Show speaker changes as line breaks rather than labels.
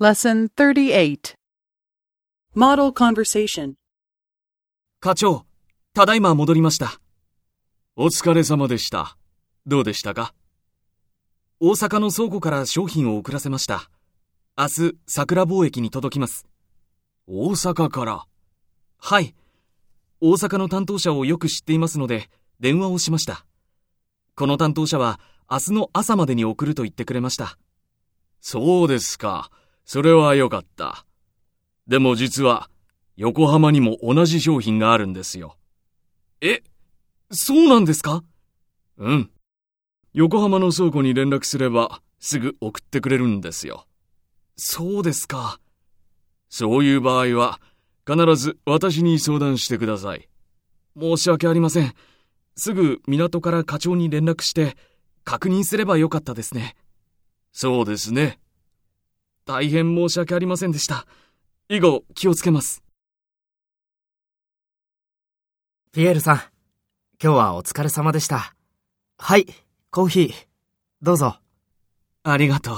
Lesson 38 Model Conversation
課長、ただいま戻りました。お疲れ様でした。どうでしたか大阪の倉庫から商品を送らせました。明日、桜貿易に届きます。大阪からはい。大阪の担当者をよく知っていますので、電話をしました。この担当者は、明日の朝までに送ると言ってくれました。そうですか。それはよかった。でも実は、横浜にも同じ商品があるんですよ。え、そうなんですかうん。横浜の倉庫に連絡すれば、すぐ送ってくれるんですよ。そうですか。そういう場合は、必ず私に相談してください。申し訳ありません。すぐ港から課長に連絡して、確認すればよかったですね。そうですね。大変申し訳ありませんでした。以後、気をつけます。
ピエールさん、今日はお疲れ様でした。はい、コーヒー、どうぞ。
ありがとう。